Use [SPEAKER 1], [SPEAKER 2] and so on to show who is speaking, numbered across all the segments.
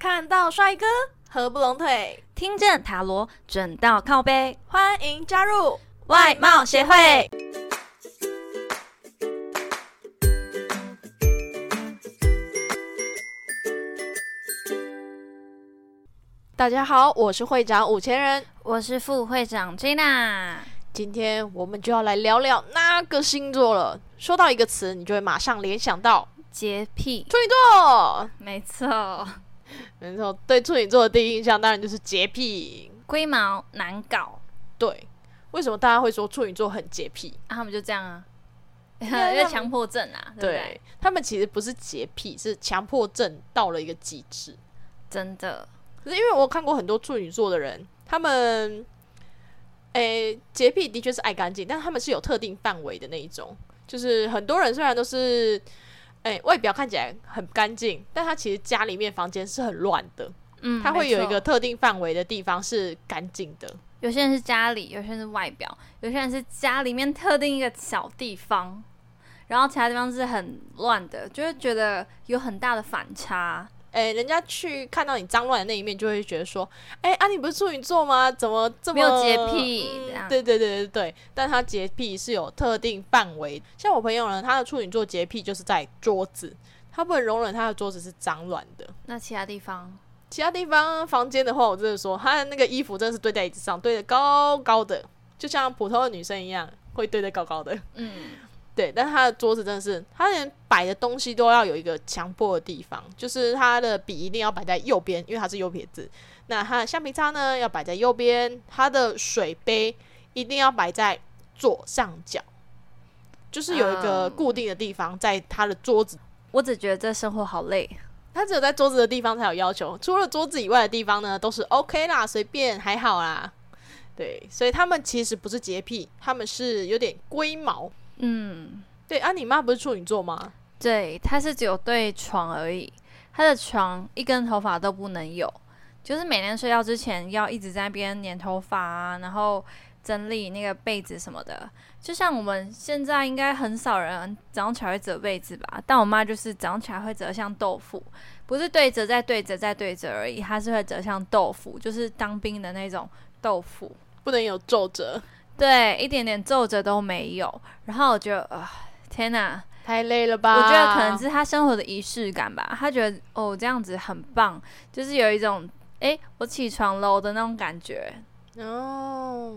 [SPEAKER 1] 看到帅哥合不拢腿，
[SPEAKER 2] 听见塔罗准到靠背，
[SPEAKER 1] 欢迎加入
[SPEAKER 2] 外貌协会。
[SPEAKER 1] 大家好，我是会长五千人，
[SPEAKER 2] 我是副会长 Gina。
[SPEAKER 1] 今天我们就要来聊聊那个星座了。说到一个词，你就会马上联想到
[SPEAKER 2] 洁癖，
[SPEAKER 1] 处女座。
[SPEAKER 2] 没错，
[SPEAKER 1] 没错，对处女座的第一印象当然就是洁癖。
[SPEAKER 2] 龟毛难搞，
[SPEAKER 1] 对，为什么大家会说处女座很洁癖？
[SPEAKER 2] 啊、他们就这样啊， 因
[SPEAKER 1] 为
[SPEAKER 2] 为
[SPEAKER 1] 他们
[SPEAKER 2] 强迫症啊，对不对？
[SPEAKER 1] 他们其实不是洁癖，是强迫症到了一个极致。
[SPEAKER 2] 真的，
[SPEAKER 1] 可是因为我看过很多处女座的人，他们，诶、洁癖的确是爱干净，但他们是有特定范围的那一种。就是很多人虽然都是，诶、外表看起来很干净，但他其实家里面房间是很乱的。
[SPEAKER 2] 嗯，
[SPEAKER 1] 他会
[SPEAKER 2] 没
[SPEAKER 1] 有一
[SPEAKER 2] 错
[SPEAKER 1] 个特定范围的地方是干净的。
[SPEAKER 2] 有些人是家里，有些人是外表，有些人是家里面特定一个小地方，然后其他地方是很乱的，就会觉得有很大的反差。
[SPEAKER 1] 诶、哎人家去看到你脏乱的那一面，就会觉得说，诶、啊，你不是处女座吗？怎么这么嗯
[SPEAKER 2] 没有洁癖这样
[SPEAKER 1] 对对对对对，但他洁癖是有特定范围。像我朋友呢，他的处女座洁癖就是在桌子，他不能容忍他的桌子是脏乱的。
[SPEAKER 2] 那其他地方，
[SPEAKER 1] 其他地方房间的话，我真的说，他的那个衣服真的是堆在椅子上，堆得高高的，就像普通的女生一样，会堆得高高的。
[SPEAKER 2] 嗯，
[SPEAKER 1] 对，但他的桌子真的是，他连摆的东西都要有一个强迫的地方，就是他的笔一定要摆在右边，因为他是右撇子。那他的橡皮擦呢，要摆在右边，他的水杯一定要摆在左上角，就是有一个
[SPEAKER 2] 嗯
[SPEAKER 1] 固定的地方在他的桌子。
[SPEAKER 2] 我只觉得这生活好累。
[SPEAKER 1] 他只有在桌子的地方才有要求，除了桌子以外的地方呢，都是 OK 啦，随便还好啦。对，所以他们其实不是洁癖，他们是有点龟毛。
[SPEAKER 2] 嗯，
[SPEAKER 1] 对啊，你妈不是处女座吗？
[SPEAKER 2] 对，他是只有对床而已，他的床一根头发都不能有，就是每天睡觉之前要一直在那边粘头发啊，然后整理那个被子什么的。就像我们现在应该很少人早上起来会折被子吧，但我妈就是早上起来会折像豆腐，不是对折再对折再对折而已，她是会折像豆腐，就是当兵的那种豆腐。
[SPEAKER 1] 不能有皱褶，
[SPEAKER 2] 对，一点点皱褶都没有。然后我觉得，啊、天哪！
[SPEAKER 1] 太累了吧
[SPEAKER 2] 我觉得可能是他生活的仪式感吧，他觉得哦这样子很棒，就是有一种诶，我起床喽的那种感觉。
[SPEAKER 1] 哦。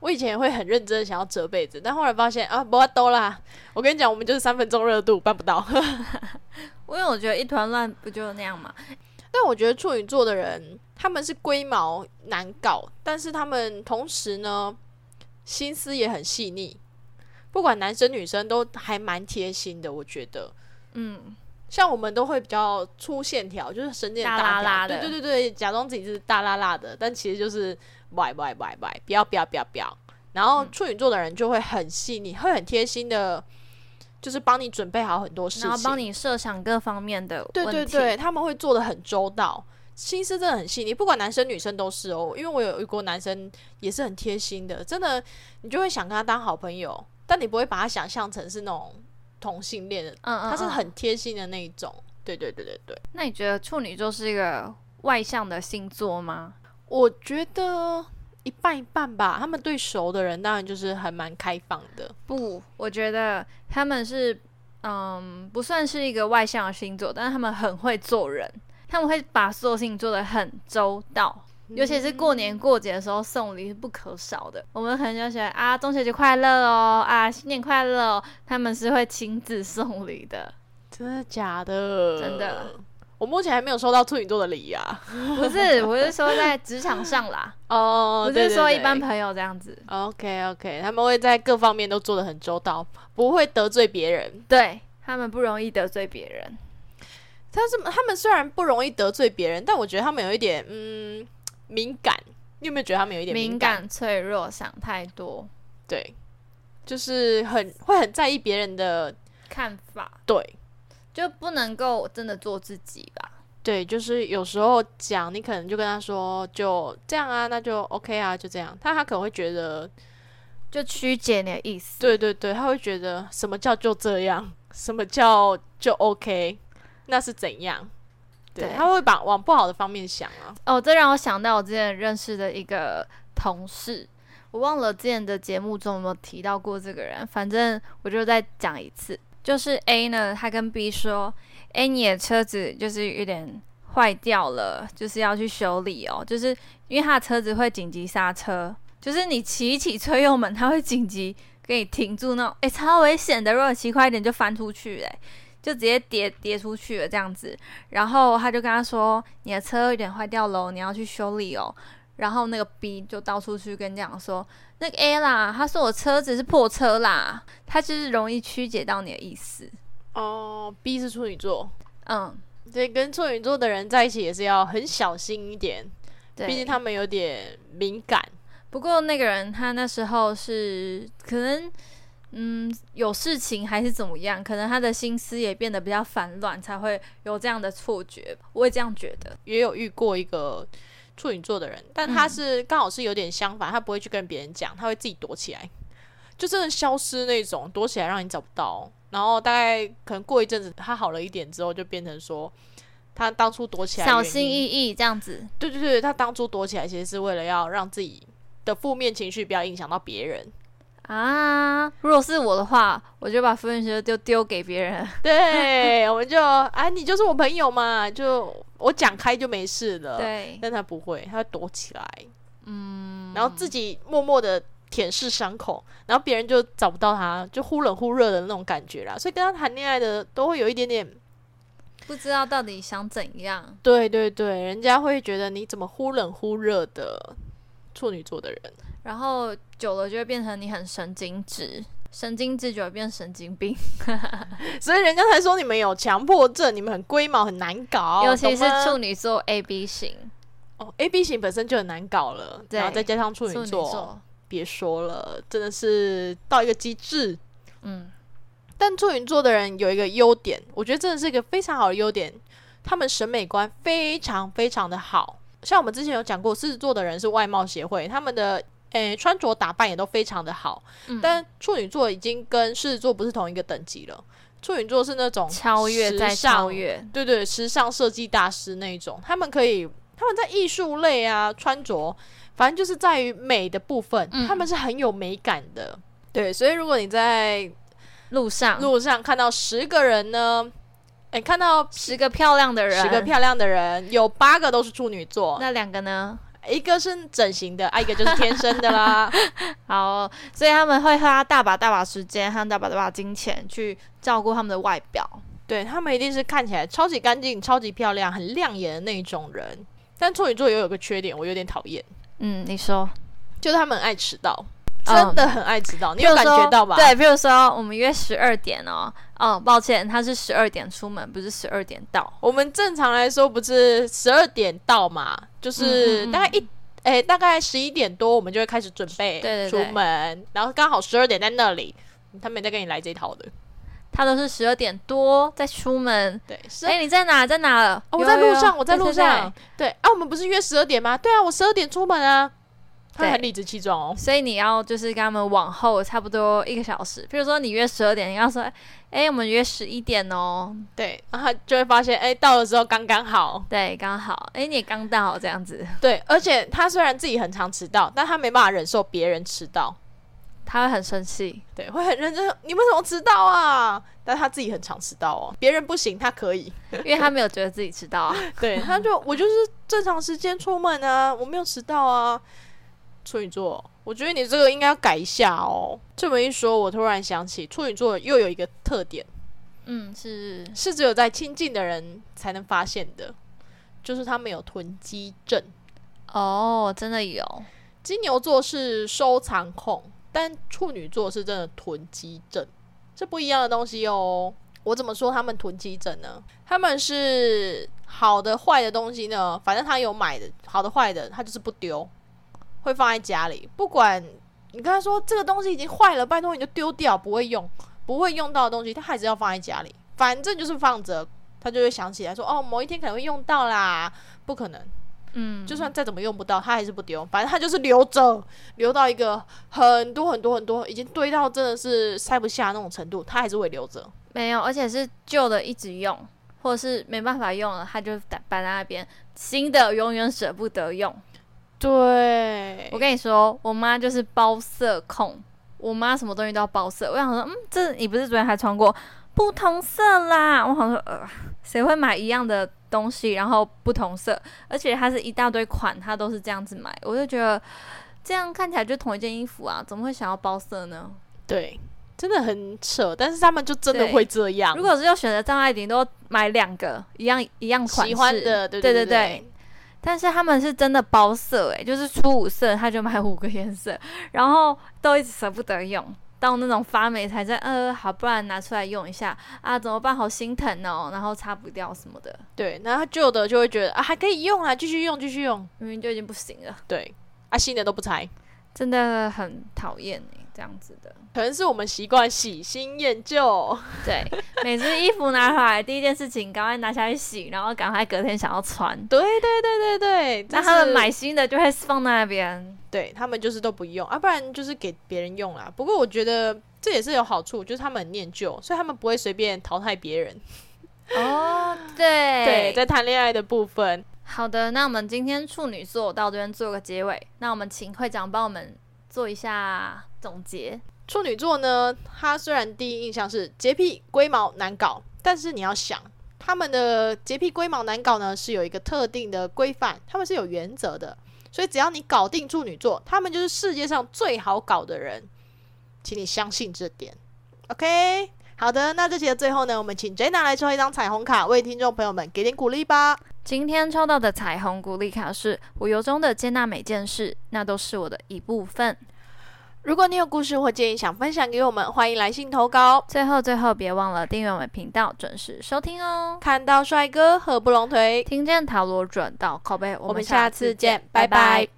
[SPEAKER 1] 我以前也会很认真地想要折被子，但后来发现啊，不要兜啦。我跟你讲，我们就是三分钟热度，办不到。
[SPEAKER 2] 因为我觉得一团乱不就那样嘛，
[SPEAKER 1] 但我觉得处女座的人，他们是龟毛难搞，但是他们同时呢，心思也很细腻，不管男生女生都还蛮贴心的。我觉得，
[SPEAKER 2] 嗯，
[SPEAKER 1] 像我们都会比较粗线条，就是神经
[SPEAKER 2] 大拉拉
[SPEAKER 1] 条
[SPEAKER 2] 的
[SPEAKER 1] 对对对对，假装自己是大拉拉的，但其实就是歪歪歪歪，不要不要不要不要。然后处女座的人就会很细腻，会很贴心的，就是帮你准备好很多事情，
[SPEAKER 2] 然后帮你设想各方面的
[SPEAKER 1] 对
[SPEAKER 2] 问
[SPEAKER 1] 对
[SPEAKER 2] 题。
[SPEAKER 1] 对，他们会做的很周到，心思真的很细腻，不管男生女生都是哦。因为我有遇过男生也是很贴心的，真的，你就会想跟他当好朋友，但你不会把他想象成是那种同性恋的，
[SPEAKER 2] 嗯嗯，
[SPEAKER 1] 他是
[SPEAKER 2] 嗯。
[SPEAKER 1] 很贴心的那一种。对对对对对，
[SPEAKER 2] 那你觉得处女座是一个外向的星座吗？
[SPEAKER 1] 我觉得一半一半吧。他们对熟的人当然就是还蛮开放的，
[SPEAKER 2] 不，我觉得他们是，嗯，不算是一个外向的星座，但是他们很会做人，他们会把所有事情做得很周到，尤其是
[SPEAKER 1] 嗯
[SPEAKER 2] 过年过节的时候送礼是不可少的。我们可能就觉得啊，中秋节快乐哦，啊，新年快乐哦，他们是会亲自送礼的，
[SPEAKER 1] 真的假的？
[SPEAKER 2] 真的。
[SPEAKER 1] 我目前还没有收到处女座的礼啊呀、
[SPEAKER 2] 不是，我是说在职场上啦，
[SPEAKER 1] 哦，
[SPEAKER 2] 不
[SPEAKER 1] 对
[SPEAKER 2] 是
[SPEAKER 1] 对
[SPEAKER 2] 说一
[SPEAKER 1] 对
[SPEAKER 2] 般朋友这样子。
[SPEAKER 1] OK OK，他们会在各方面都做得很周到，不会得罪别人。
[SPEAKER 2] 对他们不容易得罪别人，
[SPEAKER 1] 但是他们虽然不容易得罪别人，但我觉得他们有一点嗯敏感。你有没有觉得他们有一点
[SPEAKER 2] 敏
[SPEAKER 1] 感？
[SPEAKER 2] 感、脆弱、想太多、
[SPEAKER 1] 对，就是很会很在意别人的
[SPEAKER 2] 看法。
[SPEAKER 1] 对
[SPEAKER 2] 就不能够真的做自己吧。
[SPEAKER 1] 对，就是有时候讲你可能就跟他说就这样啊，那就 OK 啊，就这样。但他可能会觉得，
[SPEAKER 2] 就曲解你的意思，
[SPEAKER 1] 对对对，他会觉得什么叫就这样，什么叫就 OK，那是怎样？对，
[SPEAKER 2] 对
[SPEAKER 1] 他会把往不好的方面想啊。
[SPEAKER 2] 哦，这让我想到我之前认识的一个同事，我忘了之前的节目中有没有提到过这个人，反正我就再讲一次。就是 A 呢，他跟 B 说：“哎，你的车子就是有点坏掉了，就是要去修理哦。”就是因为他的车子会紧急刹车，就是你骑一骑车右门，它会紧急给你停住那种，哎，超危险的。如果骑快一点就翻出去嘞，就直接跌跌出去了这样子。然后他就跟他说：“你的车有点坏掉喽，你要去修理哦。”然后那个 B 就到处去跟讲说：“那个 A 啦，他说我车子是破车啦，他就是容易曲解到你的意思。
[SPEAKER 1] 哦，B 是处女座，”
[SPEAKER 2] 嗯，
[SPEAKER 1] 对，跟处女座的人在一起也是要很小心一点，
[SPEAKER 2] 对。
[SPEAKER 1] 毕竟他们有点敏感。
[SPEAKER 2] 不过那个人他那时候是可能，嗯，有事情还是怎么样，可能他的心思也变得比较烦乱，才会有这样的错觉。我也这样觉得。
[SPEAKER 1] 也有遇过一个处女座的人，但他是
[SPEAKER 2] 嗯
[SPEAKER 1] 刚好是有点相反，他不会去跟别人讲，他会自己躲起来，就真的消失那种，躲起来让你找不到。然后大概可能过一阵子，他好了一点之后，就变成说他当初躲起来的
[SPEAKER 2] 小
[SPEAKER 1] 原
[SPEAKER 2] 心
[SPEAKER 1] 因
[SPEAKER 2] 翼翼这样子，
[SPEAKER 1] 对对对，他当初躲起来其实是为了要让自己的负面情绪不要影响到别人。
[SPEAKER 2] 啊，如果是我的话，我就把负面情绪就丢给别人。
[SPEAKER 1] 对，我们就啊，你就是我朋友嘛，就我讲开就没事了。，
[SPEAKER 2] 对，
[SPEAKER 1] 但他不会，他会躲起来，嗯，然后自己默默的舔舐伤口，然后别人就找不到他，就忽冷忽热的那种感觉啦。所以跟他谈恋爱的都会有一点点，
[SPEAKER 2] 不知道到底想怎样。
[SPEAKER 1] 对对对，人家会觉得你怎么忽冷忽热的处女座的人。
[SPEAKER 2] 然后久了就会变成你很神经质，神经质久了变神经病，
[SPEAKER 1] 所以人家才说你们有强迫症，你们很龟毛，很难搞，
[SPEAKER 2] 尤其是
[SPEAKER 1] 哦懂吗
[SPEAKER 2] 处女座 A B 型
[SPEAKER 1] 哦，A B 型本身就很难搞了，
[SPEAKER 2] 对
[SPEAKER 1] 然后再加上处
[SPEAKER 2] 女
[SPEAKER 1] 座，
[SPEAKER 2] 座，
[SPEAKER 1] 别说了，真的是到一个极致。
[SPEAKER 2] 嗯，
[SPEAKER 1] 但处女座的人有一个优点，我觉得真的是一个非常好的优点，他们审美观非常非常的好。像我们之前有讲过，狮子座的人是外貌协会，他们的诶、穿着打扮也都非常的好。
[SPEAKER 2] 嗯
[SPEAKER 1] 但处女座已经跟狮子座不是同一个等级了，处女座是那种
[SPEAKER 2] 超越
[SPEAKER 1] 哦时
[SPEAKER 2] 再
[SPEAKER 1] 尚
[SPEAKER 2] 超越，
[SPEAKER 1] 对对，时尚设计大师那一种，他们可以他们在艺术类啊穿着，反正就是在于美的部分，
[SPEAKER 2] 嗯
[SPEAKER 1] 他们是很有美感的。对，所以如果你在
[SPEAKER 2] 路上
[SPEAKER 1] 路上看到十个人呢，哎，看到
[SPEAKER 2] 十个漂亮的人，
[SPEAKER 1] 十个漂亮的人，有八个都是处女座，
[SPEAKER 2] 那两个呢？
[SPEAKER 1] 一个是整形的，啊，一个就是天生的 啦。
[SPEAKER 2] 好，所以他们会花大把大把时间和大把大把金钱去照顾他们的外表。
[SPEAKER 1] 对他们一定是看起来超级干净、超级漂亮、很亮眼的那一种人。但处女座也有个缺点，我有点讨厌，
[SPEAKER 2] 嗯，你说，
[SPEAKER 1] 就是他们很爱迟到，
[SPEAKER 2] 嗯
[SPEAKER 1] 真的很爱迟到，你
[SPEAKER 2] 譬
[SPEAKER 1] 有
[SPEAKER 2] 如
[SPEAKER 1] 感
[SPEAKER 2] 说
[SPEAKER 1] 觉到吧？
[SPEAKER 2] 对，比如说我们约十二点哦，哦，抱歉，他是十二点出门，不是十二点到。
[SPEAKER 1] 我们正常来说不是十二点到嘛，就是
[SPEAKER 2] 嗯嗯嗯
[SPEAKER 1] 大概一。诶，大概十一点多，我们就会开始准备
[SPEAKER 2] 对对
[SPEAKER 1] 出
[SPEAKER 2] 对
[SPEAKER 1] 门，然后刚好十二点在那里，他们也在跟你来这一套的。
[SPEAKER 2] 他都是十二点多再出门。
[SPEAKER 1] 对，是、
[SPEAKER 2] 哎、你在哪？在哪了？
[SPEAKER 1] 哦，我
[SPEAKER 2] 有
[SPEAKER 1] 在
[SPEAKER 2] 有
[SPEAKER 1] 路
[SPEAKER 2] 有
[SPEAKER 1] 上，我在
[SPEAKER 2] 对
[SPEAKER 1] 路
[SPEAKER 2] 对
[SPEAKER 1] 上。
[SPEAKER 2] 对
[SPEAKER 1] 对啊，我们不是约十二点吗？对啊，我十二点出门啊。他
[SPEAKER 2] 对
[SPEAKER 1] 很理直气壮哦。
[SPEAKER 2] 所以你要就是跟他们往后差不多一个小时，比如说你约十二点，你要说，哎、我们约十一点哦，
[SPEAKER 1] 对，然后他就会发现，哎，到的时候刚刚好。
[SPEAKER 2] 对，刚好，哎、你也刚到这样子，
[SPEAKER 1] 对，而且他虽然自己很常迟到，但他没办法忍受别人迟到。
[SPEAKER 2] 他会很生气，
[SPEAKER 1] 对，会很认真。你为什么迟到啊？但他自己很常迟到哦，别人不行，他可以。
[SPEAKER 2] 因为他没有觉得自己迟到啊，
[SPEAKER 1] 对，他就我就是正常时间出门啊，我没有迟到啊。处女座，我觉得你这个应该要改一下哦。这么一说，我突然想起处女座又有一个特点，
[SPEAKER 2] 嗯，是，
[SPEAKER 1] 是只有在亲近的人才能发现的，就是他们有囤积症。
[SPEAKER 2] 哦，真的有，
[SPEAKER 1] 金牛座是收藏控，但处女座是真的囤积症，这不一样的东西哦。我怎么说他们囤积症呢？他们是好的坏的东西呢，反正他有买的，好的坏的，他就是不丢，会放在家里，不管你跟他说这个东西已经坏了，拜托你就丢掉，不会用，不会用到的东西，他还是要放在家里，反正就是放着，他就会想起来说，哦，某一天可能会用到啦，不可能。
[SPEAKER 2] 嗯，
[SPEAKER 1] 就算再怎么用不到，他还是不丢，反正他就是留着，留到一个很多很多很多，已经堆到真的是塞不下那种程度，他还是会留着。
[SPEAKER 2] 没有，而且是旧的一直用，或者是没办法用了，它就摆摆在那边，新的永远舍不得用。
[SPEAKER 1] 对
[SPEAKER 2] 我，跟你说，我妈就是包色控，我妈什么东西都要包色。我想说，嗯，这你不是昨天还穿过不同色啦？我想说，呃，谁会买一样的东西然后不同色？而且它是一大堆款，它都是这样子买，我就觉得这样看起来就同一件衣服啊，怎么会想要包色呢？
[SPEAKER 1] 对，真的很扯，但是他们就真的
[SPEAKER 2] 对
[SPEAKER 1] 会这样。
[SPEAKER 2] 如果是有选择障碍，顶多买两个一样一样款式
[SPEAKER 1] 喜欢的，对
[SPEAKER 2] 对
[SPEAKER 1] 对
[SPEAKER 2] 对。但是他们是真的包色诶、就是出五色他就买五个颜色， 然后都一直舍不得用，到那种发霉才在呃好，不然拿出来用一下啊，怎么办？好心疼哦，然后擦不掉什么的，
[SPEAKER 1] 对，然后旧的就会觉得啊还可以用啊，继续用继续用，
[SPEAKER 2] 明明就已经不行了，
[SPEAKER 1] 对，啊新的都不拆，
[SPEAKER 2] 真的很讨厌诶、这样子的。
[SPEAKER 1] 可能是我们习惯喜新厌旧，
[SPEAKER 2] 对，每次衣服拿回来第一件事情，赶快拿下去洗，然后赶快隔天想要穿。
[SPEAKER 1] 对对对对对，
[SPEAKER 2] 那
[SPEAKER 1] 这
[SPEAKER 2] 他们
[SPEAKER 1] 是
[SPEAKER 2] 买新的就会放在那边，
[SPEAKER 1] 对他们就是都不用，啊，不然就是给别人用啦。不过我觉得这也是有好处，就是他们很念旧，所以他们不会随便淘汰别人。
[SPEAKER 2] 哦，对
[SPEAKER 1] 对，在谈恋爱的部分，
[SPEAKER 2] 好的，那我们今天处女座到这边做个结尾，那我们请会长帮我们做一下总结。
[SPEAKER 1] 处女座呢，他虽然第一印象是洁癖、龟毛、难搞，但是你要想，他们的洁癖、龟毛、难搞呢是有一个特定的规范，他们是有原则的，所以只要你搞定处女座，他们就是世界上最好搞的人，请你相信这点。OK，好的，那这期的最后呢，我们请 Jenna 来抽一张彩虹卡，为听众朋友们给点鼓励吧。
[SPEAKER 2] 今天抽到的彩虹鼓励卡是：我由衷的接纳每件事，那都是我的一部分。
[SPEAKER 1] 如果你有故事或建议想分享给我们，欢迎来信投稿。
[SPEAKER 2] 最后，最后别忘了订阅我们频道，准时收听哦。
[SPEAKER 1] 看到帅哥合不拢腿，
[SPEAKER 2] 听见塔罗转到口碑，
[SPEAKER 1] 我
[SPEAKER 2] 我
[SPEAKER 1] 们
[SPEAKER 2] 们
[SPEAKER 1] 下
[SPEAKER 2] 下
[SPEAKER 1] 次
[SPEAKER 2] 次
[SPEAKER 1] 见
[SPEAKER 2] 见，，
[SPEAKER 1] 拜
[SPEAKER 2] 拜
[SPEAKER 1] 拜
[SPEAKER 2] 拜。